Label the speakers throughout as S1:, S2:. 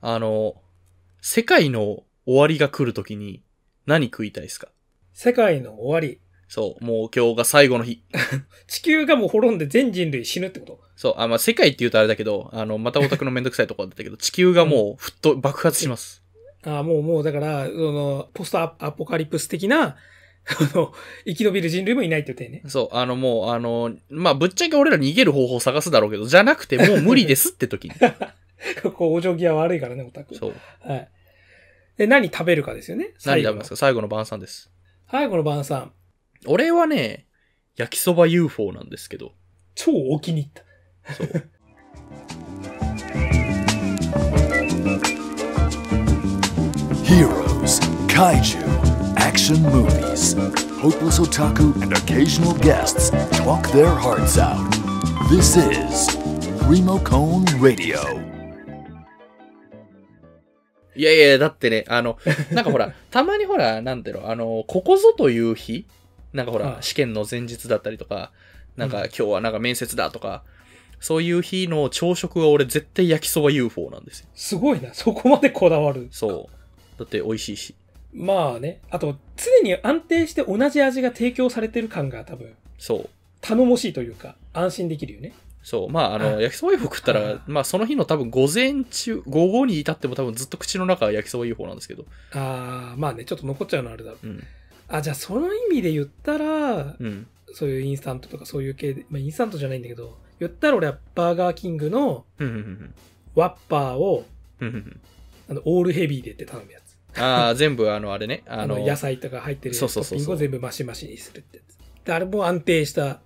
S1: あの、世界の終わりが来るときに何食いたいですか
S2: 世界の終わり。
S1: そう、もう今日が最後の日。
S2: 地球がもう滅んで全人類死ぬってこと
S1: そう、あ、まあ、世界って言うとあれだけど、あの、またオタクのめんどくさいところだったけど、 地球がもうふっと爆発します。
S2: ああ、もうもうだから、その、ポストアポカリプス的な、あの、生き延びる人類もいないって言ってね。
S1: そう、あのもう、あの、まあ、ぶっちゃけ俺ら逃げる方法を探すだろうけど、じゃなくてもう無理ですって時に。
S2: ここ、お嬢際悪いからね、オタク。
S1: そう。
S2: はい。で、何食べるかですよね。
S1: 何食べます
S2: か
S1: か最後の晩餐です。
S2: 最後の晩餐。
S1: 俺はね、焼きそば UFO なんですけど。
S2: 超お気に入った。
S1: そう。
S3: Heroes, kaiju, action movies. Hopeless otaku and occasional guests talk their hearts out. This is Remocone Radio.
S1: いやいや、だってね、あ の、なんかほら、たまにほら、なんていうの、あの、ここぞという日なんかほら、
S2: はい
S1: 試験の前日だったりとか、なんか
S2: うん
S1: 今日はなんか面接だとか、そういう日の朝食は俺絶対焼きそば UFO なんですよ。
S2: すごいな。そこまでこだわる。
S1: そう。だって美味しいし。
S2: まあね。あと、常に安定して同じ味が提供されてる感が多分、
S1: そう。
S2: 頼もしいというか、安心できるよね。
S1: そう。まあ、あの、
S2: あ
S1: 焼きそば UFO 食った
S2: あ
S1: ら、まあ、その日の多分午前中、午後に至っても多分ずっと口の中は焼きそば UFO なんですけど。
S2: ああ、まあね、ちょっと残っちゃうのはあれだろう。
S1: うん。
S2: あ、じゃあその意味で言ったら、
S1: うん。
S2: そういうインスタントとかそういう系で、まあインスタントじゃないんだけど、言ったら俺はバーガーキングの
S1: うんうんうん
S2: ワッパーを、
S1: うん。うんうん
S2: あの、オールヘビーでって頼むやつ。
S1: うん。ああ、全部あの、あれね。あ
S2: あ
S1: の、
S2: の、野菜とか入ってる
S1: そ
S2: ト
S1: うそう
S2: ッ
S1: そうそう
S2: ピングを全部マシマシにするってやつ。で、あれも安定した。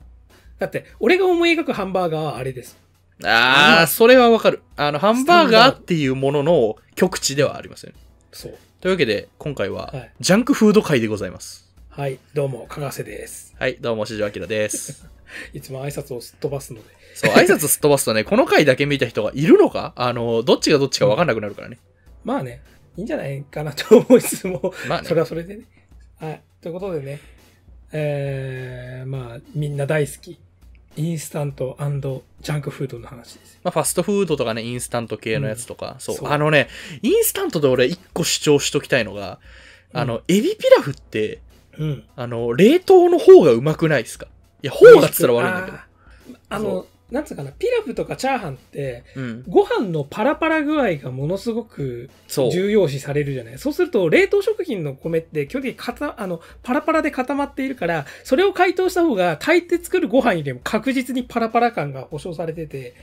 S2: だって、俺が思い描くハンバーガーはあれです。
S1: ああ、それはわかる。あの、ハンバーガーっていうものの極地ではありません。
S2: そう。
S1: というわけで、今回は
S2: はい、
S1: ジャンクフード会でございます。
S2: はい、どうも、かがせです。
S1: はい、どうも、四条明です。
S2: いつも挨拶をすっ飛ばすので。
S1: そう、挨拶すっ飛ばすとね、この回だけ見た人がいるのかあの、どっちがどっちかわかんなくなるからね。
S2: まあね、いいんじゃないかなと思いつつも、
S1: まあね
S2: それはそれでね。はい。ということでね、えー、まあ、みんな大好き。インスタントジャンクフードの話ですよ。
S1: まあ、ファストフードとかね、インスタント系のやつとか、そう
S2: そう
S1: あのね、インスタントで俺一個主張しときたいのが、あの、エビピラフって、
S2: うん。
S1: あの、冷凍の方がうまくないですかいや、方がっつったら悪いんだけど。
S2: あー。あの、なんつうかな、ピラフとかチャーハンって、
S1: うん。
S2: ご飯のパラパラ具合がものすごく
S1: そう。
S2: 重要視されるじゃないそうすると、冷凍食品の米って基本的にかたあのパラパラで固まっているから、それを解凍した方が炊いて作るご飯よりも確実にパラパラ感が保証されてて、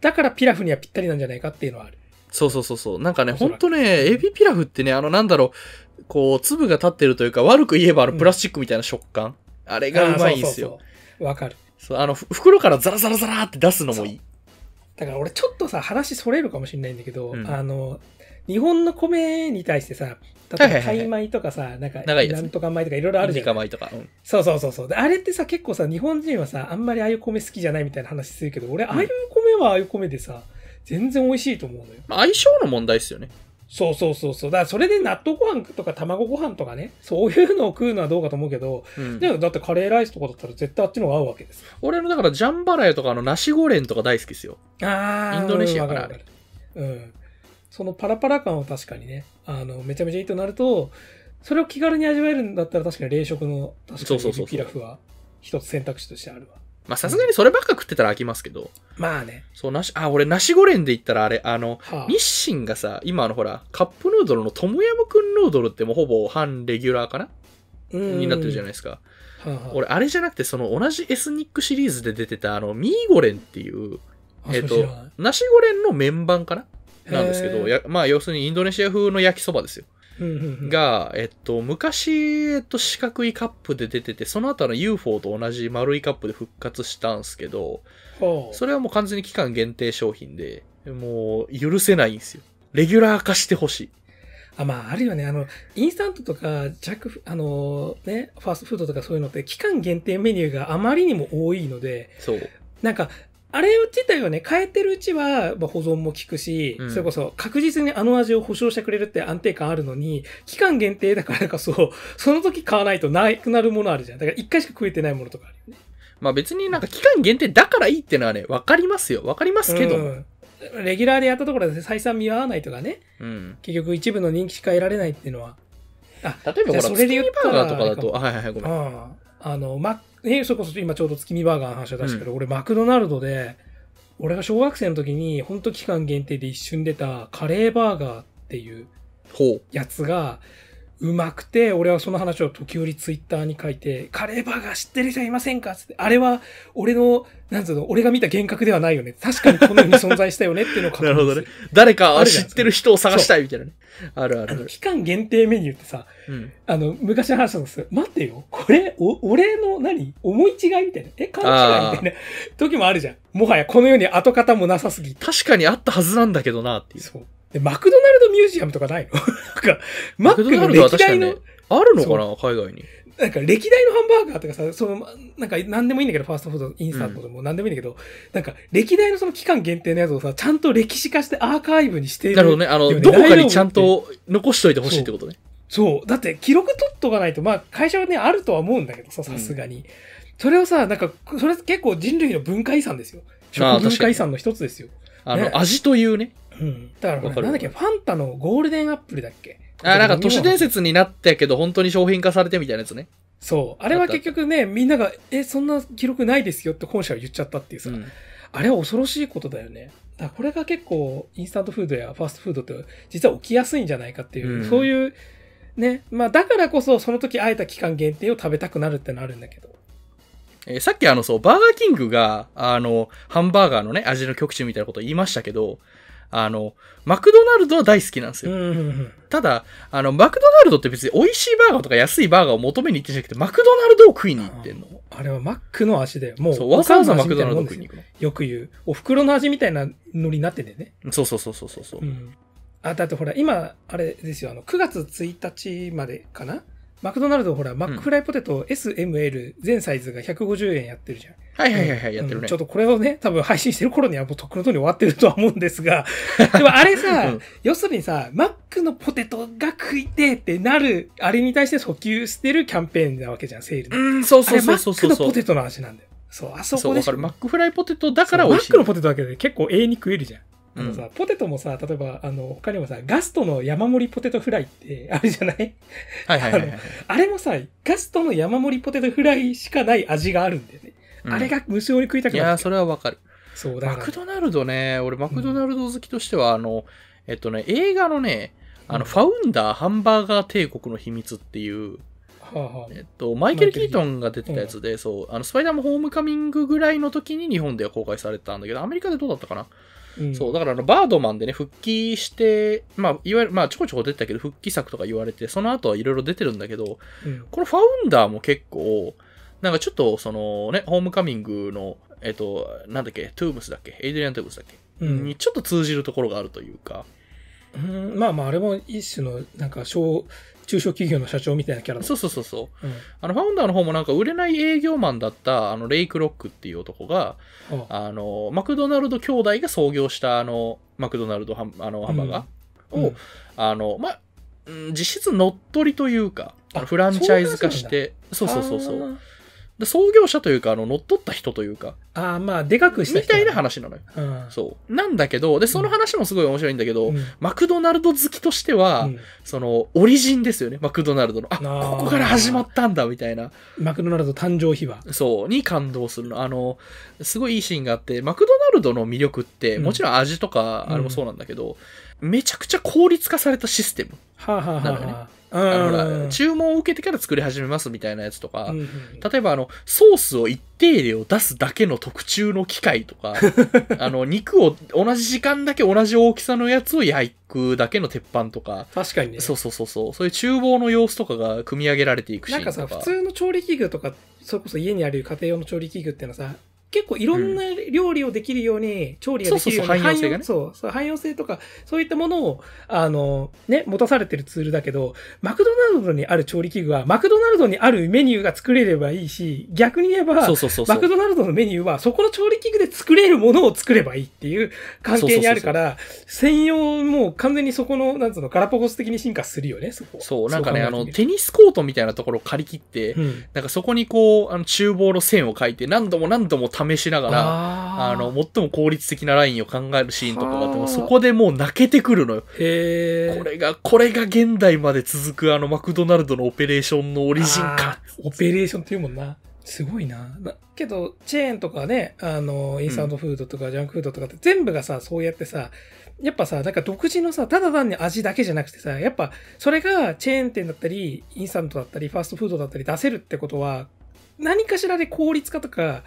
S2: だからピラフにはぴったりなんじゃないかっていうのはある。
S1: そうそうそうそう。なんかね、
S2: お
S1: ほ
S2: そ
S1: ん
S2: らく
S1: とね、エビピラフってね、あの、なんだろう、こう、粒が立ってるというか、悪く言えばあの、
S2: うん
S1: プラスチックみたいな食感。あれがうまいんです
S2: あ
S1: よ。。
S2: ーそうそうそうわかる。
S1: そうあの、ふ袋からザラザラザラって出すのもいい。
S2: だから俺ちょっとさ、話それるかもしれないんだけど、
S1: うん
S2: あの、日本の米に対して
S1: は
S2: さ、例
S1: い
S2: え
S1: は
S2: ば、
S1: いはい
S2: タイ米とかさ、なんか、
S1: 長いやつね
S2: なんとか米とかいろいろあるじゃん
S1: イ。カ米とか。うん
S2: そうそうそうそう。で、あれってさ、結構さ、日本人はさ、あんまりああいう米好きじゃないみたいな話するけど、俺、ああいう米はああいう米でさ、全然美味しいと思うのよ。
S1: まあ相性の問題ですよね。
S2: そうそうそうそう。だから、それで納豆ご飯とか卵ご飯とかね、そういうのを食うのはどうかと思うけど、
S1: うん
S2: でもだってカレーライスとかだったら絶対あっちの方が合うわけです。
S1: 俺のだから、ジャンバラヤとか、あの、ナシゴレンとか大好きですよ。
S2: あ
S1: インドネシアかな
S2: わるわるうん。そのパラパラ感は確かにね、あの、めちゃめちゃいいとなると、それを気軽に味わえるんだったら確かに冷食の、確か
S1: そうそう
S2: に
S1: そうそう
S2: エビピラフは一つ選択肢としてあるわ。
S1: まあ、さすがにそればっか食ってたら飽きますけど。
S2: まあね。
S1: そう、なし、あ、俺、ナシゴレンで言ったら、あれ、あの、
S2: はあ
S1: 日清がさ、今あのほら、カップヌードルのトムヤムクンヌードルってもうほぼ半レギュラーかなになってるじゃない
S2: い
S1: ですか。
S2: 俺、
S1: 俺、あれじゃなくて、その同じエスニックシリーズで出てた、あの、ミーゴレンっていう、えっ、
S2: っ
S1: と、ナシゴレンの麺版かななんですけど、
S2: や、
S1: やまあ、要するにインドネシア風の焼きそばですよ。
S2: うんうんうん、
S1: が、えっと、昔、えっと、四角いカップで出てて、その後あの UFO と同じ丸いカップで復活したんすけど、
S2: ほう
S1: それはもう完全に期間限定商品で、もう、許せないんですよ。レギュラー化してほしい。
S2: あ、まあ、あるよね。あの、インスタントとか、ジャックフ、あの、ね、ファーストフードとかそういうのって、期間限定メニューがあまりにも多いので、
S1: そう。
S2: なんか、あれ自体をね、変えてるうちは、まあ、保存も効くし、
S1: うん
S2: それこそ確実にあの味を保証してくれるって安定感あるのに、期間限定だからこそ、その時買わないとなくなるものあるじゃん。だから一回しか食えてないものとかあるよね。
S1: まあ別になんか期間限定だからいいってのはね、わかりますよ。わかりますけど、
S2: うんレギュラーでやったところで採算見合わないとかね、
S1: うん。
S2: 結局一部の人気しか得られないっていうのは、あ、
S1: 例えばほら、
S2: じゃあそ
S1: 月
S2: れで言
S1: 見
S2: った
S1: バー
S2: ら
S1: ガーとかだと、あはいはいはい、ごめん。
S2: あああの、ま、ね、それこそ今ちょうど月見バーガーの話を出したけど、俺マクドナルドで、俺が小学生の時に、ほんと期間限定で一瞬出たカレーバーガーっていう
S1: ほう。
S2: やつが、うまくて、俺はその話を時折ツイッターに書いて、カレーバーガー知ってる人いませんかつって、あれは俺の、なんつうの、俺が見た幻覚ではないよね。確かにこのように存在したよねっていうのを確認
S1: なるほど
S2: す
S1: ね。誰か
S2: あるじゃ
S1: 知
S2: ない
S1: ってる人を探したいみたいなね。あるある
S2: あ
S1: あ
S2: の、
S1: る。
S2: 期間限定メニューってさ、
S1: うん。
S2: あの、昔の話なんですよ。待ってよ。これ、お、俺の何思い違いみたいな。え、勘違いみたいな時もあるじゃん。もはやこの世に跡形もなさすぎて。
S1: 確かにあったはずなんだけどな、っていう。
S2: そう。で、マクドナルドミュージアムとかないの なんか、マックの歴代の、
S1: ね、あるのかな、海外に。
S2: なんか歴代のハンバーガーとかさ、その、なんか何でもいいんだけど、ファーストフード、インスタントでも何でもいいんだけど、なんか歴代のその期間限定のやつをさ、ちゃんと歴史化してアーカイブにしている。
S1: なるほどね。あ
S2: で
S1: の、
S2: も
S1: どこかにちゃんと残しといてほしいってことね。
S2: そう。だって記録取っとかないと、まあ会社はね、あるとは思うんだけどさ、さすがに。それをさ、なんか、それ結構人類の文化遺産ですよ。
S1: ああ
S2: 食文化遺産の一つですよ。
S1: あ
S2: ね
S1: の、味というね。
S2: うん。だからほ
S1: わ
S2: ら、
S1: かる
S2: なんだっけ、ファンタのゴールデンアップルだっけ
S1: あ、なんか都市伝。説になったけど、本当に商品化されてみたいなやつね。
S2: そう。あれは結局ね、みんなが、え、そんな記録ないですよって本社は言っちゃったっていう
S1: う
S2: さ、
S1: ん。
S2: あれは恐ろしいことだよね。だからこれが結構、インスタントフードやファーストフードって、実は起きやすいんじゃないかっていう、
S1: うん
S2: そういう、ね、まあだからこそ、その時会えた期間限定を食べたくなるってのあるんだけど。
S1: えーさっきあの、そう、バーガーキングが、あの、ハンバーガーのね、味の極致みたいなこと言いましたけど、あの、マクドナルドは大好きなんですよ。
S2: うん。
S1: ただ、あの、マクドナルドって別に美味しいバーガーとか安いバーガーを求めに行ってんじゃなくて、マクドナルドを食いに行ってんの。
S2: あれはマックの味だよ。も、
S1: そうう、わざわざマク
S2: お
S1: ド
S2: 母さ
S1: ナ
S2: ん
S1: ル
S2: の
S1: ド
S2: 味み
S1: 食い
S2: たい
S1: に
S2: なもんですよ
S1: 行く
S2: よく言う。お袋の味みたいなノリになってんだよね。
S1: の。そうそうそうそうそうそうう。
S2: ん。あ、だってほら、今、あれですよ、あの、9月1日までかなマクドナルドほら、マックフライポテト SML 全サイズが150円やってるじゃん。
S1: はいはいはいはい、やってる
S2: うん
S1: ね
S2: ちょっ。とこれをね、多分配信してる頃にはもうとっくのとに終わってるとは思うんで すが、でもあれさ、
S1: うん
S2: 要するにさ、マックのポテトが食いてえってなる、あれに対して訴求してるキャンペーンなわけじゃん、セールの。
S1: うん、そう
S2: あ
S1: そう
S2: れ、
S1: そ
S2: マ
S1: うそう
S2: ッ
S1: そ
S2: ク
S1: う。
S2: のポテトの味なんだよ。そう、あそ
S1: そ
S2: こ
S1: う、
S2: で
S1: わ
S2: し
S1: か
S2: ょ
S1: る。マックフライポテトだから美
S2: マ
S1: 味し
S2: ッ
S1: い。
S2: クのポテトだけで結構永遠に食えるじゃん。あのさ、
S1: うん
S2: ポテトもさ、例えば、あの、他にもさ、ガストの山盛りポテトフライってあるじゃない
S1: はいはいはいはい。
S2: あれもさ、ガストの山盛りポテトフライしかない味があるんだよね。
S1: うん
S2: あれが無性に食いた
S1: い
S2: くな
S1: やー、
S2: る。
S1: それはわかる。
S2: そう、だ
S1: マ
S2: から
S1: ク。ドナルドね、俺マクドナルド好きとしては、あの、えっとね、映画のね、あの、
S2: うん
S1: ファウンダーハンバーガー帝国の秘密っていう、
S2: はあはあ
S1: えっと、マイケル・キートンが出てたやつで、そう、あの、スパイダーマンホームカミングぐらいの時に日本では公開されてたんだけど、アメリカでどうだったかな
S2: うん
S1: そう、だからあの、バードマンでね、復帰して、まあ、いわゆる、まあ、ちょこちょこ出てたけど、復帰作とか言われて、その後はいろいろ出てるんだけど、
S2: うん
S1: このファウンダーも結構、なんかちょっと、そのね、ホームカミングの、えっと、なんだっけ、トゥームスだっけエイドリアン・トゥームスだっけ、
S2: うん
S1: にちょっと通じるところがあるというか、
S2: うんまあまあ、あれも一種の、なんか、小、中小企業の社長みたいなキャラだ
S1: そうそうそうそう。
S2: うん
S1: あの、ファウンダーの方もなんか売れない営業マンだった、あの、レイク・ロックっていう男が、
S2: はあ
S1: あの、マクドナルド兄弟が創業した、あの、マクドナルドハンあのハンバーガーを、
S2: うん
S1: あの、まあ、うん実質乗っ取りというか、あの
S2: あ
S1: フランチャイズ化して、そうそうそうそう。。で創業者というか、あの、乗っ取った人というか、
S2: あーあー、まあ、でかくした
S1: み
S2: 人
S1: た
S2: だ
S1: いな。話なのよ。
S2: うん。
S1: そう。なんだけど、で、その話もすごい面白いんだけど、
S2: うん
S1: マクドナルド好きとしては、
S2: うん
S1: その、オリジンですよね、マクドナルドの。あ、
S2: ー
S1: ここから始まったんだ、みたいな。
S2: マクドナルド誕生秘話。
S1: そう、に感動するの。あの、すごいいいシーンがあって、マクドナルドの魅力って、
S2: うん
S1: もちろん味とか、
S2: うん
S1: あれもそうなんだけど、めちゃくちゃ効率化されたシステム。
S2: はあはあ
S1: なるほどね
S2: はあ。
S1: あの
S2: は
S1: ほ
S2: あ
S1: ら
S2: うん。
S1: 注文を受けてから作り始めますみたいなやつとか、
S2: うんうん
S1: 例えばあの、ソースを一定量出すだけの特注の機械 とか、あの、肉を同じ時間だけ同じ大きさのやつを焼くだけの鉄板とか、
S2: 確かにね。
S1: そうそうそうそう、そういう厨房の様子とかが組み上げられていくシー
S2: なん
S1: ンと
S2: か
S1: か。
S2: さ、普通の調理器具とか、それこそ家にある家庭用の調理器具ってのはさ、結構いろんな料理をできるように、調理ができるように
S1: そうそうそう汎用性がね
S2: そう、そう汎用性とか、そういったものを、あの、ね、持たされてるツールだけど、マクドナルドにある調理器具は、マクドナルドにあるメニューが作れればいいし、逆に言えば、
S1: そうそうそうそう
S2: マクドナルドのメニューは、そこの調理器具で作れるものを作ればいいっていう関係にあるから、専用、もう完全にそこの、なんつうの、ガラパゴス的に進化するよね、そこ。
S1: そう、なんかね、あ
S2: 考えてみ
S1: の、
S2: る
S1: テニスコートみたいなところを借り切って、
S2: うん
S1: なんかそこにこう、あの、厨房の線を描いて、何度も何度も試しながら、
S2: あ
S1: あの、最も効率的なラインを考えるシーンとかがあって
S2: は
S1: も、
S2: あ
S1: そこでもう泣けてくるのよ。
S2: へえ
S1: これが、これが現代まで続くあのマクドナルドのオペレーションのオリジンか。
S2: オペレーションっていうもんな。すごいな。なけど、チェーンとかね、あの、インスタントフードとかジャンクフードとかって全部がさ、そうやってさ、やっぱさ、なんか独自のさ、ただ単に味だけじゃなくてさ、やっぱそれがチェーン店だったり、インスタントだったり、ファーストフードだったり出せるってことは、何かしらで効率化とか、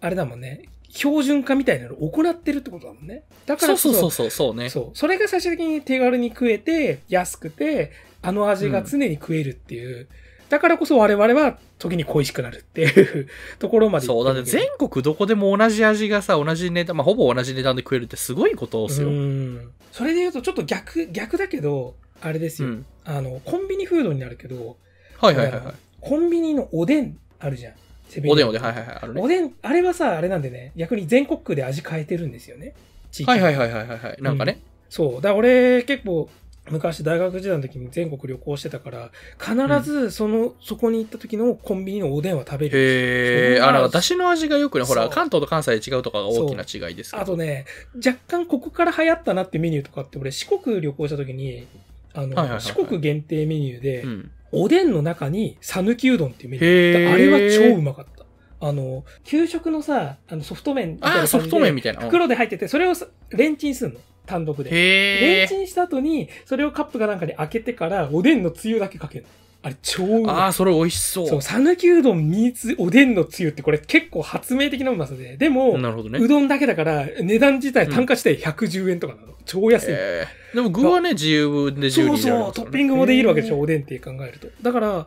S2: あれだもんね、標準化みたいなのを行ってるってことだもんね。だから
S1: そう
S2: こ
S1: そうそうそう、そうね。
S2: そう。それが最終的に手軽に食えて、安くて、あの味が常に食えるっていう。だからこそ我々は時に恋しくなるっていうところまで
S1: そう、だって全国どこでも同じ味がさ、同じ値段、まあ、ほぼ同じ値段で食えるってすごいことですよ。うん。
S2: うんそれで言うとちょっと逆、逆だけど、あれですよ。あの、コンビニフードになるけど、
S1: はいはいはいはい。
S2: コンビニのおでんあるじゃん。セブンイ
S1: おで
S2: レ
S1: んお
S2: ブン
S1: でん、はいはいはい。あるね。
S2: おでん、あれはさ、あれなんでね、逆に全国区で味変えてるんですよね。地域
S1: はいはいはいはいはいはい。なんかね。
S2: そう。だから俺、結構、昔大学時代の時に全国旅行してたから、必ずその、そこに行った時のコンビニのおでんは食べる。
S1: へえ、
S2: そん
S1: あ、
S2: な
S1: なんか、だしの味がよくね、ほ
S2: そ
S1: ら、
S2: う
S1: 関東と関西で違うとかが大きな違いですけど。
S2: あとね、若干ここから流行ったなってメニューとかって、俺四国旅行した時に、あの、
S1: はいはいはい
S2: 四国限定メニューで、
S1: うん。
S2: おでんの中に讃岐うどんっていうメニュー。
S1: へえ。
S2: あれは超うまかった。あの、給食のさ、あのソフト麺みたいな
S1: あ
S2: 感
S1: あ、
S2: じ
S1: ソ
S2: で
S1: フト麺みたいな。
S2: 袋で入ってて、それをさレンチンするの。単独で。レ
S1: へ
S2: ンチ
S1: え。
S2: ンした後に、それをカップかなんかに開けてから、おでんのつゆだけかける。あれ、超う
S1: あ
S2: まい。
S1: あ、それ美味しそう。
S2: そう、讃岐うどん、ミーツ、おでんのつゆってこれ結構発明的なうまさで。でも、
S1: なるほどね
S2: う。どんだけだから、値段自体、
S1: うん
S2: 単価自体110円とかなの。超安い。
S1: えーでも具はね、自由で自由に
S2: そう
S1: 入れられ
S2: そ
S1: ま
S2: う、
S1: すか
S2: ト
S1: らね
S2: ッピングもできるわけでしょ、
S1: へー
S2: おでんって考えると。だから、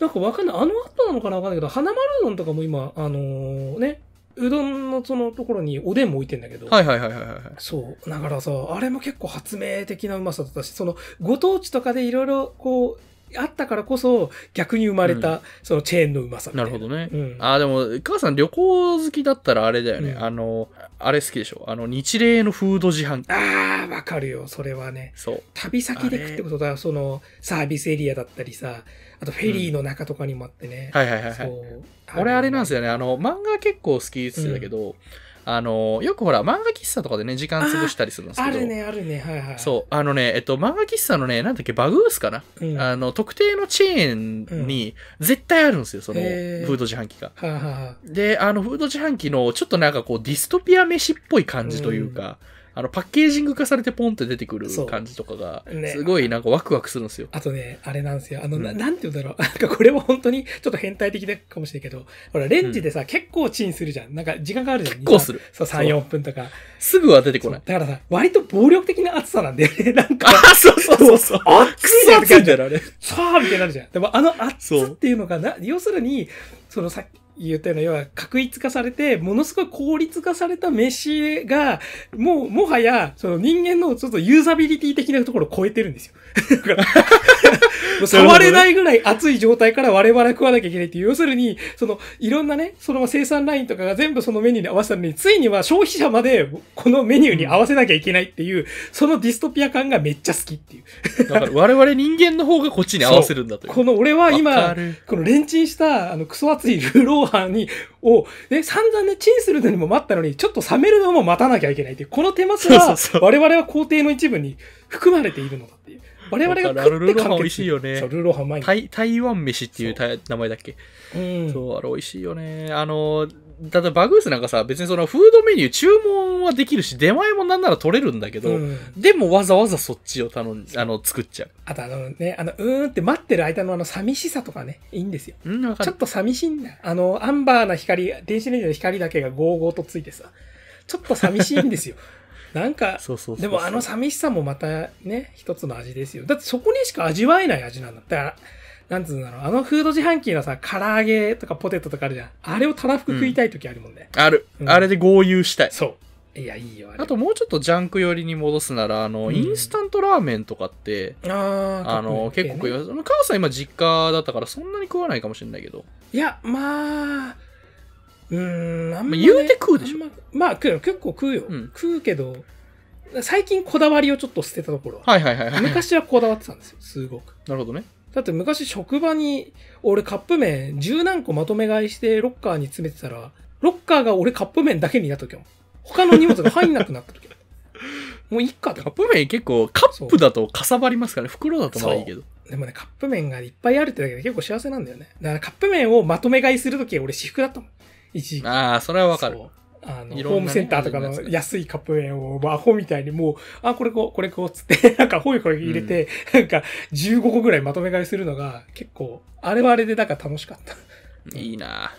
S2: なんかわかんない。あの後なのかなわかんないけど、花丸うどんとかも今、あのーね、うどんのそのところにおでんも置いてんだけど、
S1: はいはいはいはいはい。
S2: そう。だからさ、あれも結構発明的なうまさだったし、その、ご当地とかでいろいろこう、あったからこそ、逆に生まれた、そのチェーンのうまさみた
S1: ないるほどね。
S2: うん。
S1: ああ、でも、母さん旅行好きだったらあれだよね。
S2: うん
S1: あの、あれ好きでしょ。あの、日例のフード自販機。
S2: あー、わかるよ、それはね。
S1: そう。
S2: 旅先で行くってことだ、その、サービスエリアだったりさ、あとフェリーの中とかにもあってね。
S1: はいはいはいは
S2: そ
S1: い。
S2: う。
S1: 俺あれなんです
S2: よ。
S1: よね。あの、漫画結構好きっつってたけど、あの、よくほら、漫画喫茶とかでね、時間潰したりするんです
S2: あ
S1: けど。
S2: るね、あるね、はいはい。
S1: そう。あのね、えっと、漫画喫茶のね、なんだっけ、バグースかな、
S2: うん。はい
S1: あの、特定のチェーンに絶対あるんですよ、その、フ
S2: へー
S1: ード自販機が。
S2: はいは
S1: で、あの、フード自販機の、ちょっとなんかこう、ディストピア飯っぽい感じというか、あの、パッケージング化されてポンって出てくる
S2: そう
S1: 感じとかが、
S2: ね
S1: すごいなんかワクワクするんですよ。
S2: あとね、あれなんですよ。あの、な
S1: うん
S2: なんて言うんだろう。 なんかこれは本当にちょっと変態的だかもしれないけど、ほら、レンジでさ、結構チンするじゃん。なんか時間があるじゃん。
S1: 結構する
S2: そう、
S1: そう
S2: 3、4分とか。
S1: すぐは出てこ
S2: そう
S1: な
S2: だ
S1: い。
S2: からさ、割と暴力的な暑さなんだよね。 なんか、
S1: あ、そうそうそう そう。
S2: 熱
S1: く
S2: いね
S1: そ熱いんだよ、あれ。
S2: さあみたいになるじゃん。でもあの熱
S1: そう
S2: っていうのがな、要するに、そのさっき言ったような、要は確一化されて、ものすごい効率化された飯が、もう、もはや、その人間のちょっとユーザビリティ的なところを超えてるんで すよ。だからもう触れないぐらい熱い状態から我々は食わなきゃいけないっていう、要するに、その、いろんなね、その生産ラインとかが全部そのメニューに合わせたのに、ついには消費者までこのメニューに合わせなきゃいけないっていう、そのディストピア感がめっちゃ好きっていう。
S1: だから我々人間の方がこっちに合わせるんだという。
S2: この俺は
S1: わか
S2: 今、
S1: る
S2: このレンチンした、あの、クソ熱いルーローハンに、を、ね、散々ね、チンするのにも待ったのに、ちょっと冷めるのも待たなきゃいけないっていう、この手間す
S1: そ
S2: ら
S1: うそうそ、う
S2: 我々は工程の一部に含まれているのだっていう。我々が食って
S1: わかるあのルーローハ
S2: 完
S1: ン美
S2: 結
S1: 味しいよね
S2: そう、ルーローハンうまいんだ
S1: 台台湾飯っていうた名前だっけ、
S2: うん。
S1: そう、あれ美味しいよね。あの、だってバグースなんかさ、別にそのフードメニュー注文はできるし、出前もなんなら取れるんだけど、
S2: うん
S1: でもわざわざそっちを頼ん、あの、作っちゃ
S2: あとあのね、あの、うーんって待ってる間のあの寂しさとかね、いいんですよ。
S1: う。うん、わか
S2: ちょ
S1: る
S2: っ。と寂しいんだ。あの、アンバーな光、電子レンジの光だけがゴーゴーとついてさ、ちょっと寂しいんで すよ。なんか、
S1: そうそうそうそう
S2: でもあの寂しさもまたね、一つの味ですよ。だってそこにしか味わえない味なんだ。だから、なんつうんだろう、あのフード自販機のさ、唐揚げとかポテトとかあるじゃん。あれをたらふく食いたい時あるもんね。
S1: ある、
S2: うん
S1: あれで合流したい。
S2: そう。いや、いいよ、あれ。
S1: あともうちょっとジャンク寄りに戻すなら、あの、
S2: うん
S1: インスタントラーメンとかって、
S2: あー、
S1: あの、
S2: カップ
S1: 結
S2: 麺
S1: 構食
S2: 系
S1: い
S2: ね
S1: ます。母さん今実家だったからそんなに食わないかもしれないけど。
S2: いや、まあ、うーん、あんま、ね、
S1: 言うて食うでしょ
S2: あんままあ、食うよ。結構食うよ。
S1: うん
S2: 食うけど、最近こだわりをちょっと捨てたところは。
S1: はいはいはいはい。なる
S2: 昔はこだわってたんですよ、すごく。
S1: ほどね。
S2: だって昔職場に、俺カップ麺十何個まとめ買いしてロッカーに詰めてたら、ロッカーが俺カップ麺だけになった時も、他の荷物が入んなくなった時も、 もういっか
S1: カッ
S2: と。
S1: プ麺結構、カップだとかさばりますからね。袋だとまだいいけど。
S2: でもね、カップ麺がいっぱいあるってだけで結構幸せなんだよね。だからカップ麺をまとめ買いする時は俺私服だったもん。一時期。
S1: ああ、それはわかる。
S2: そう。あの、
S1: いろんなね
S2: ホームセンターとか
S1: いろんな
S2: の
S1: やつ
S2: 安いカップ麺を、まあアホみたいにもう、あ、これこう、これこう、つって、 なんか、ほいほい入れて、なんか、15個ぐらいまとめ買いするのが、結構、あれはあれで、なんか楽しかった。
S1: いいな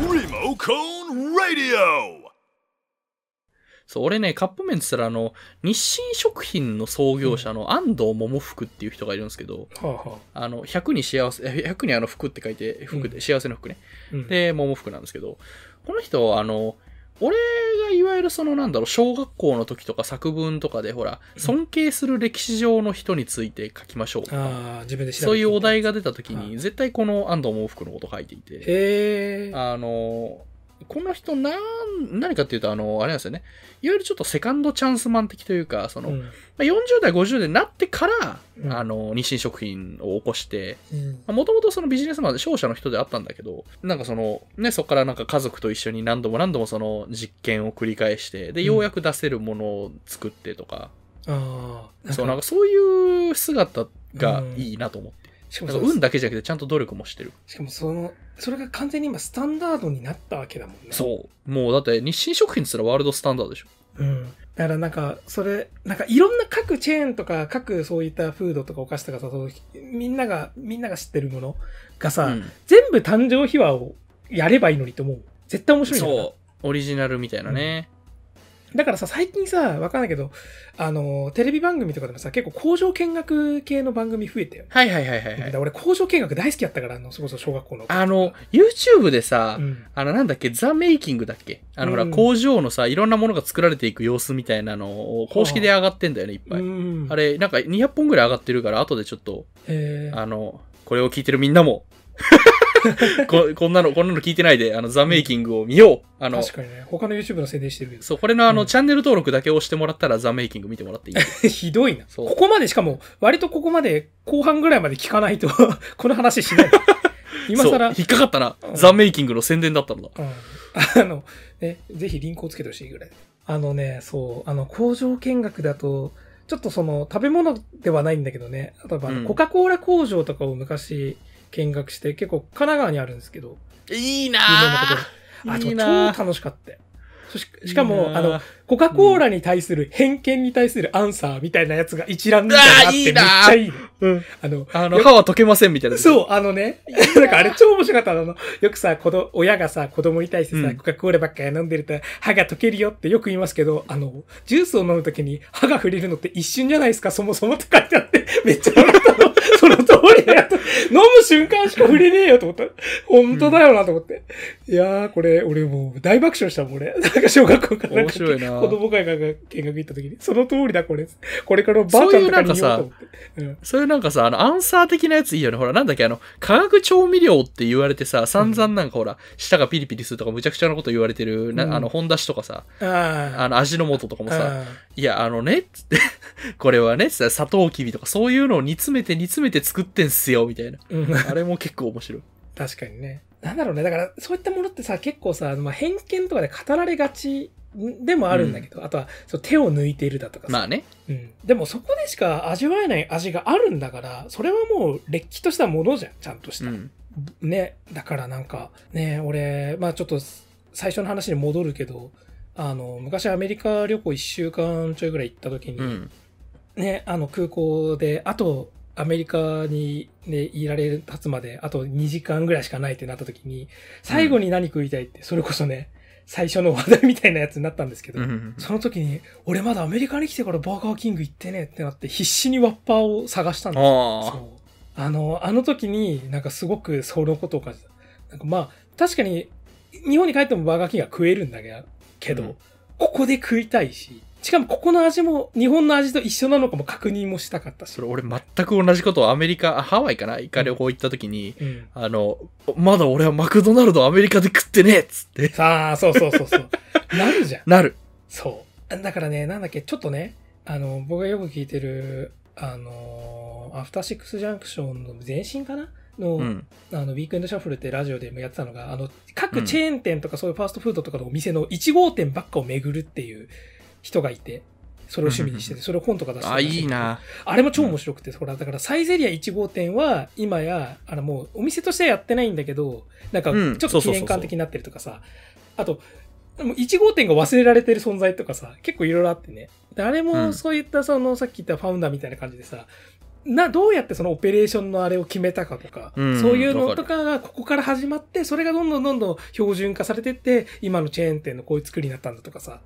S3: Remo Cone Radio.
S1: そう、俺ね、カップ麺って言ったら、あの、日清食品の創業者の安藤桃福っていう人がいるんですけど、
S2: はあはあ。
S1: あの、100に幸せ、え100にあの福って書いて、福で、幸せの福ね。
S2: うん、
S1: で、桃福なんですけど、この人、あの、俺がいわゆるそのなんだろう、小学校の時とか作文とかで、ほら、尊敬する歴史上の人について書きましょうとか。
S2: ああ、自分で調べて
S1: そういうお。題が出た時
S2: は
S1: に、絶対この安藤桃福のこと書いていて、
S2: へえ。
S1: あの、この人なん、何かっていうと、あの、あれなんですよね。いわゆるちょっとセカンドチャンスマン的というか、その、
S2: うん
S1: まあ40代、50代になってから、
S2: うん
S1: あの、日清食品を起こして、
S2: うん
S1: もともとそのビジネスマンで商社の人であったんだけど、なんかその、ね、そこからなんか家族と一緒に何度も何度もその実験を繰り返して、で、
S2: うん
S1: ようやく出せるものを作ってとか、
S2: ああ。
S1: そう、なん
S2: か、
S1: かそういう姿がいいなと思って。
S2: しかも
S1: なん
S2: そ
S1: か運だけじゃなくてちゃんと努力もしてる。
S2: しかもその、それが完全に今、スタンダードになったわけだもんね。
S1: そう。もうだって日清食品って言ったらワールドスタンダードでしょ。
S2: うん。だからなんか、それ、なんかいろんな各チェーンとか、各そういったフードとかお菓子とかさ、そのみんなが、みんなが知ってるものがさ、
S1: うん
S2: 全部誕生秘話をやればいいのにと思う。絶対面白いんだから
S1: そう。オリジナルみたいなね。
S2: だからさ、最近さ、わかんないけど、あの、テレビ番組とかでもさ、結構工場見学系の番組増えてよね。
S1: はいはいはいはいは
S2: だ
S1: い
S2: か。ら俺工場見学大好きだったから、あの、それこそ小学校の。
S1: あの、YouTube でさ、
S2: うん。
S1: あの、なんだっけ、ザ・メイキングだっけあの、ほら、
S2: うん
S1: 工場のさ、いろんなものが作られていく様子みたいなのを、公式で上がってんだよね、いっぱい。
S2: うん
S1: あれ、なんか200本ぐらい上がってるから、後でちょっと、
S2: へー
S1: あの、これを聞いてるみんな も、ここんなの、こんなの聞いてないで、あの、ザ・メイキングを見ようあの、
S2: 確かにね、他の YouTube の宣伝してるけど。
S1: そう、これのあの、
S2: うん
S1: チャンネル登録だけ押してもらったら、ザ・メイキング見てもらっていい
S2: ひどいな。
S1: そう
S2: ここまで、しかも、割とここまで、後半ぐらいまで聞かないと、 この話 しない。今更、
S1: そうう引っかかったな、
S2: うん
S1: ザ・メイキングの宣伝だったのだ。
S2: ん、あの、ね、ぜひリンクをつけてほしいぐらい。あのね、そう、あの、工場見学だと、ちょっとその、食べ物ではないんだけどね、例えばあの、
S1: うん
S2: コカ・コーラ工場とかを昔、見学して、結構、神奈川にあるんですけど、
S1: いいな
S2: 有名なとこ
S1: ぁ
S2: ろ。あ
S1: いい
S2: と
S1: な
S2: 超楽しかったよそし
S1: ぁ
S2: しかも、あの、、コカ・コーラに対する偏見に対するアンサーみたいなやつが一覧みたいなのあってめ
S1: う
S2: っち
S1: わ
S2: ゃ
S1: ぁ
S2: いいの。
S1: うん、
S2: あの、
S1: あの、歯は溶けませんみたいな。
S2: そう、あのね、なんかあれ超面白かったのあの。よくさ、子供、親がさ、子供に対して
S1: う
S2: さ、
S1: ん
S2: コカ・コーラばっかり飲んでると歯が溶けるよってよく言いますけど、あの、ジュースを飲むときに歯が触れるのって一瞬じゃないですか、そもそもって書いてあ って、めっちゃ笑ったの。その通りだよと。飲む瞬間しか触れねえよと思った。本当だよなと思って。いやー、これ、俺もう大爆笑したもん、俺。なんか小学校からなん
S1: 面
S2: か
S1: 白いな
S2: 子供会が見学行ったときに、その通りだ、これ。これからおばあちゃんとかに言おうと思って。うん
S1: そういうなんかさ、あの、アンサー的なやついいよね。ほら、なんだっけ、あの、化学調味料って言われてさ、散々なんかほら、舌がピリピリするとか、むちゃくちゃなこと言われてる、
S2: うん
S1: なあの、本出しとかさ、
S2: あ
S1: あの、味の素とかも
S2: ー
S1: さ、
S2: あー。
S1: いや、あのね、 つって、これはね、さ砂糖きびとか、そういうのを煮詰めて煮詰めて作ってんすよ、みたいな。
S2: うん
S1: あれも結構面 白い。
S2: 確かにね。なんだろうね。だから、そういったものってさ、結構さ、まあ、偏見とかで語られがちでもあるんだけど、あとは、そう手を抜いているだとかさ、
S1: まあね。
S2: うん。でもそこでしか味わえない味があるんだから、それはもう、れっきとしたものじゃん、ちゃんとし
S1: う
S2: た。
S1: ん。
S2: ね。だからなんか、ね、俺、まあちょっと、最初の話に戻るけど、あの、昔アメリカ旅行1週間ちょいぐらい行った時に、
S1: うん。
S2: ね、あの空港で、あとアメリカに、ね、いられる、立つまであと2時間ぐらいしかないってなった時に、最後に何食いたいって、それこそね、最初の話題みたいなやつになったんですけど、
S1: うん。
S2: その時に、俺まだアメリカに来てからバーガーキング行ってねってなって、必死にワッパーを探したんですよそ
S1: あ
S2: う。あの、あの時になんかすごくそのことを感じた。なんかまあ、確かに日本に帰ってもバーガーキングは食えるんだけど、けど
S1: うん
S2: ここで食いたいし、しかもここの味も日本の味と一緒なのかも確認もしたかった
S1: あ。
S2: し
S1: そ。れ、俺全く同じことをアメリカ、あハワイかな一回旅行行った時に、
S2: うん。
S1: あの、まだ俺はマクドナルドアメリカで食ってねえっつって。
S2: さあ、そうそうそうそう。 なるじゃん。
S1: なる。
S2: そう。だからね、なんだっけ、ちょっとね、あの、僕がよく聞いてる、あのーアフターシックスジャンクションの前身かなの,、
S1: うん。
S2: あのウィークエンドシャッフルってラジオでもやってたのが、あの、各チェーン店とかそういうファーストフードとかのお店の1号店ばっかを巡るっていう人がいて、それを趣味にして
S1: うんうんう
S2: て、それを本とか出して
S1: あ、
S2: たらし
S1: いいな。
S2: あれも超面白くて、ほら、だからサイゼリア1号店は、今や、あの、もうお店としてはやってないんだけど、なんか、ち
S1: う
S2: ょ
S1: ん
S2: っと
S1: そうそうそうそ
S2: 記
S1: う
S2: 念館的になってるとかさ、あと、もう1号店が忘れられてる存在とかさ、結構いろいろあってね。誰
S1: う
S2: も
S1: ん
S2: そういった、その、さっき言ったファウンダーみたいな感じでさ、な、どうやってそのオペレーションのあれを決めたかとか、
S1: うん
S2: そういう
S1: わ
S2: の
S1: か
S2: と
S1: る
S2: かがここから始まって、それがどんどんどんどん標準化されてって、今のチェーン店のこういう作りになったんだとかさ。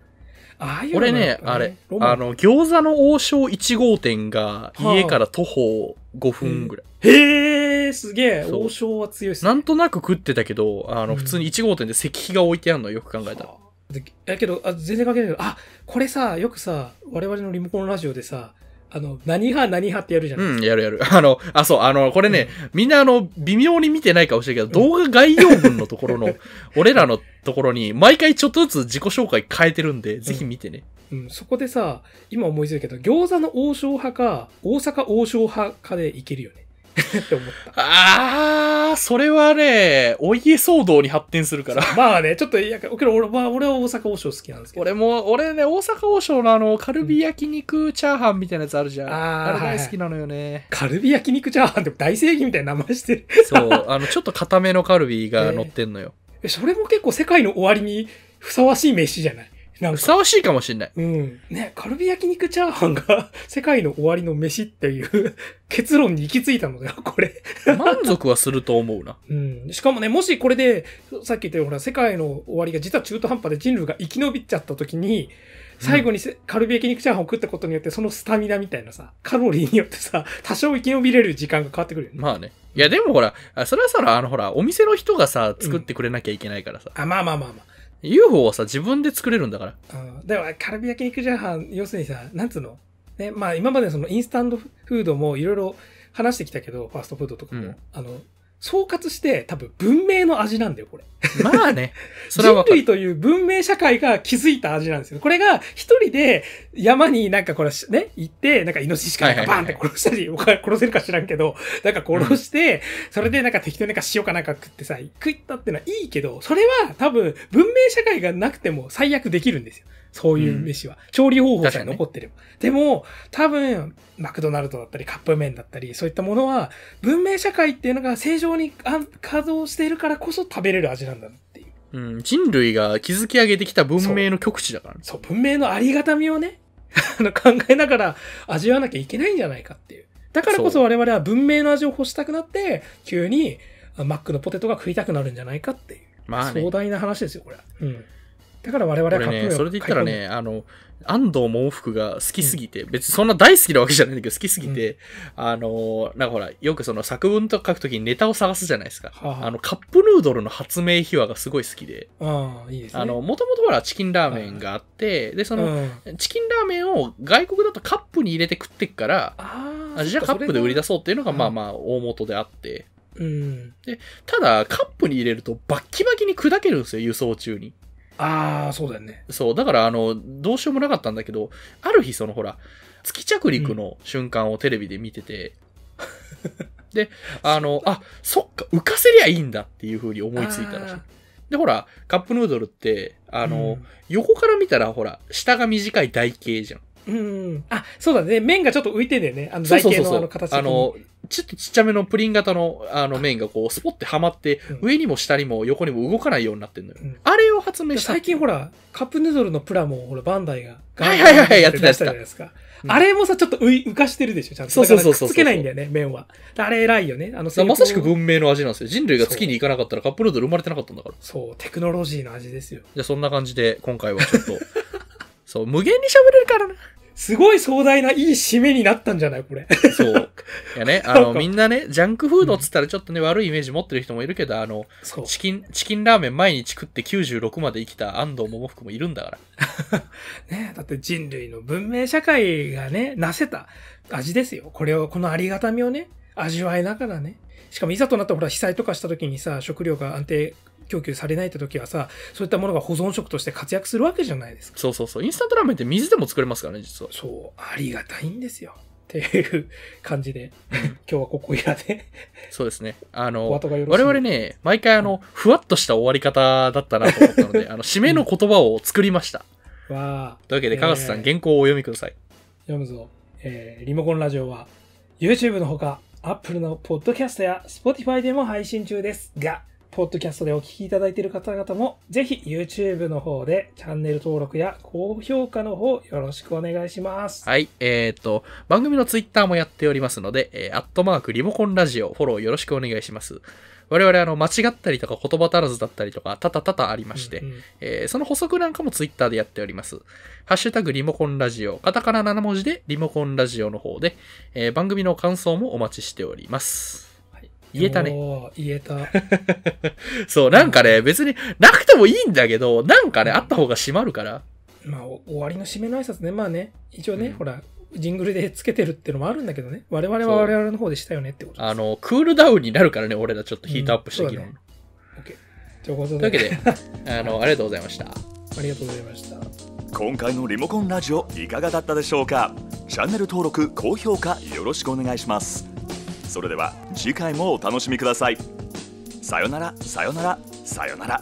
S2: ああいうのが
S1: 俺
S2: や
S1: ね
S2: っ、ぱ
S1: あれ、
S2: ロマン
S1: あの、餃子の王将1号店が
S2: はあ
S1: 家から徒歩5分ぐらい。
S2: へえ、すげえ。
S1: そう
S2: 王将は強いっすね。
S1: なんとなく食ってたけど、あ
S2: う
S1: の、
S2: ん
S1: 普通に1号店で石碑が置いてあるのよく考えたら。
S2: でだけどあ、全然関係ないけど、あ、これさ、よくさ、我々のリモコンラジオでさ、あの、何派何派ってやるじゃないで
S1: う
S2: す
S1: ん、
S2: か。
S1: やるやる。あの、あ、そう、あの、これね、みんなあの、微妙に見てないかもしれないけど、動画概要文のところ の、俺らのところに、毎回ちょっとずつ自己紹介変えてるんで、ぜひ見てね。
S2: うん、そこでさ、今思いついたけど、餃子の王将派か、大阪王将派かでいけるよね。って思った。
S1: あー、それはね、お家騒動に発展するから。
S2: まあね、ちょっと、いや、けど俺は、俺は大阪王将好きなんですけど。
S1: 俺も、俺ね、大阪王将のあの、カルビ焼肉チャーハンみたいなやつあるじゃん。
S2: うんあー
S1: れ大好きなのよね。
S2: カルビ焼肉チャーハンでも大正義みたいな名前してる。
S1: そう、あの、ちょっと固めのカルビが乗ってんのよ。
S2: えそれも結構世界の終わりにふさわしい飯じゃないなん
S1: ふ
S2: か。
S1: さわしいかもしんない。
S2: うん。ね、カルビ焼肉チャーハンが 世界の終わりの飯っていう 結論に行き着いたのだよ、これ。
S1: 満足はすると思うな。
S2: うん。しかもね、もしこれで、さっき言ったようにほら、世界の終わりが実は中途半端で人類が生き延びちゃった時に、最後にせカルビ焼肉チャーハンを食ったことによって、そのスタミナみたいなさ、カロリーによってさ、多少生き延びれる時間が変わってくるよね。
S1: まあね。いや、でもほら、あそれはさ、あのほら、お店の人がさ、作ってくれなきゃいけないからさ。
S2: あ、まあまあまあまあ。
S1: UFO はさ、自分で作れるんだから。
S2: うんだから、カルビ焼肉チャーハン、要するにさ、なんつうのね、まあ今までそのインスタントフードもいろいろ話してきたけど、ファーストフードとかも、
S1: うん
S2: あの、総括して多分文明の味なんだよ、これ。
S1: まあね。それは
S2: 人
S1: わかる。
S2: 類という文明社会が築いた味なんですよ。これが一人で山になんかこれしね、行って、なんかイノシシかなんか
S1: はいはい
S2: バ
S1: は
S2: ン
S1: い
S2: って殺したり、おか殺せるか知らんけど、なんか殺して、それでなんか適当になんか塩かなんか食ってさ、食ったってのはいいけど、それは多分文明社会がなくても最悪できるんですよ。そういう飯は。調理方法さえ
S1: 確かにね
S2: 残ってれば。でも、多分、マクドナルドだったり、カップ麺だったり、そういったものは、文明社会っていうのが正常にあ稼働しているからこそ食べれる味なんだなっていう。
S1: うん、人類が築き上げてきた文明の極地だからね。
S2: そう、文明のありがたみをね、 あの考えながら味わわなきゃいけないんじゃないかっていう。だからこ
S1: そ
S2: そう我々は文明の味を欲したくなって、急にあマックのポテトが食いたくなるんじゃないかっていう。
S1: まあね。
S2: 壮大な話ですよ、これは。うん。だから我々
S1: こ
S2: は
S1: れ
S2: カップ
S1: ね、
S2: 麺を
S1: それで言ったらね、あの、安藤桃福が好きすぎて、別にそんな大好きなわけじゃないんだけど、好きすぎて、あの、なんかほら、よくその作文とか書くときにネタを探すじゃないですか。
S2: はあはあ
S1: あの、カップヌードルの発明秘話がすごい好きで、
S2: 買い込む。ああ、いいですね。
S1: あの、もともとほら、チキンラーメンがあって、で、その、
S2: うん、
S1: チキンラーメンを外国だとカップに入れて食ってっから、
S2: あ
S1: あじゃあカップで売り出
S2: す。
S1: そうっていうのが
S2: うん
S1: まあまあ大元であって。
S2: うん。
S1: ただ、カップに入れるとバッキバキに砕けるんですよ、輸送中に。
S2: ああ、そうだよね。
S1: そう、だからあの、どうしようもなかったんだけど、ある日そのほら、月着陸の瞬間をテレビで見てて、で、あの、あ、そっか、浮かせりゃいいんだっていう風に思いついたらしい
S2: あー。
S1: で、ほら、カップヌードルって、あの、
S2: うん
S1: 横から見たらほら、下が短い台形じゃん。
S2: うん。あ、そうだね。麺がちょっと浮いてんだよね。あの、
S1: そう
S2: 台
S1: そう
S2: 形
S1: そうそ
S2: のあの
S1: う。
S2: 形
S1: あの、ちょっとちっちゃめのプリン型のあの麺がこう、スポッてはまって、
S2: うん
S1: 上にも下にも横にも動かないようになってんのよ。
S2: うん
S1: あれを発明した。
S2: 最近ほら、カップヌードルのプラも、ほら、バンダイが。
S1: はいはいはいやってた
S2: 出したじゃないですか。あれもさ、ちょっと浮い浮かしてるでしょ、ちゃんと。
S1: そうそうそう
S2: だか
S1: そう
S2: らくっつけないんだよね、麺は。あれ偉いよね。あの、
S1: まさしく
S2: 成功
S1: 文明の味なんですよ。人類が月に行かなかったらカップヌードル生まれてなかったんだから。
S2: そう、テクノロジーの味ですよ。
S1: じゃあそんな感じで、今回はちょっと、 そう、無限に喋れるからな。
S2: すごい壮大ないい締めになったんじゃな いこれ。
S1: そう。いや ね、あの、みんなね、ジャンクフードっつったらちょっとね、悪いイメージ持ってる人もいるけど、あの、
S2: そう。
S1: チキン、チキンラーメン毎日食って96まで生きた安藤桃福もいるんだから。
S2: ね、だって人類の文明社会がね、なせた味ですよ。これを、このありがたみをね、味わいながらね。しかもいざとなったらほら被災とかした時にさ、食料が安定供給されないって時はさ、そういったものが保存食として活躍するわけじゃないですか。
S1: そうそうそう。インスタントラーメンって水でも作れますからね、実は。
S2: そう、ありがたいんですよ。っていう感じで、今日はここいらで、
S1: そうですね。あの、
S2: お後がよろ
S1: 我
S2: しい
S1: 々ね、毎回あの、ふわっとした終わり方だったなと思ったので、あの、締めの言葉を作りました。
S2: は、
S1: というわけで、
S2: えー
S1: かがさん、原稿をお読みください。
S2: 読むぞ、えーリモコンラジオは YouTube のほか Apple のポッドキャストや Spotify でも配信中ですがポッドキャストでお聞きいただいている方々もぜひ YouTube の方でチャンネル登録や高評価の方よろしくお願いします、
S1: はい。えっ、と、番組のツイッターもやっておりますので、えーアットマークリモコンラジオ、フォローよろしくお願いします。我々、あの、間違ったりとか言葉足らずだったりとか、多々多々ありまして、
S2: うんうん
S1: えーその補足なんかもツイッターでやっております。ハッシュタグリモコンラジオ、カタカナ7文字でリモコンラジオの方で、えー番組の感想もお待ちしております。
S2: はい
S1: 言えたね。
S2: おー言えた
S1: そう、なんかね、別になくてもいいんだけど、なんかね、あった方が締まるから。
S2: まあお終わりの締めの挨拶ねまあね一応ね、
S1: うん
S2: ほらジングルでつけてるってのもあるんだけどね我々は
S1: そう
S2: 我々の方でしたよねってことです
S1: あの、クールダウンになるからね、俺らちょっとヒートアップした
S2: うん
S1: 議論。
S2: そうということ
S1: というわけ
S2: で
S1: で、あの、ありがとうございました。
S2: ありがとうございました
S3: 今回のリモコンラジオいかがだったでしょうかチャンネル登録高評価よろしくお願いしますそれでは次回もお楽しみくださいさよならさよならさよなら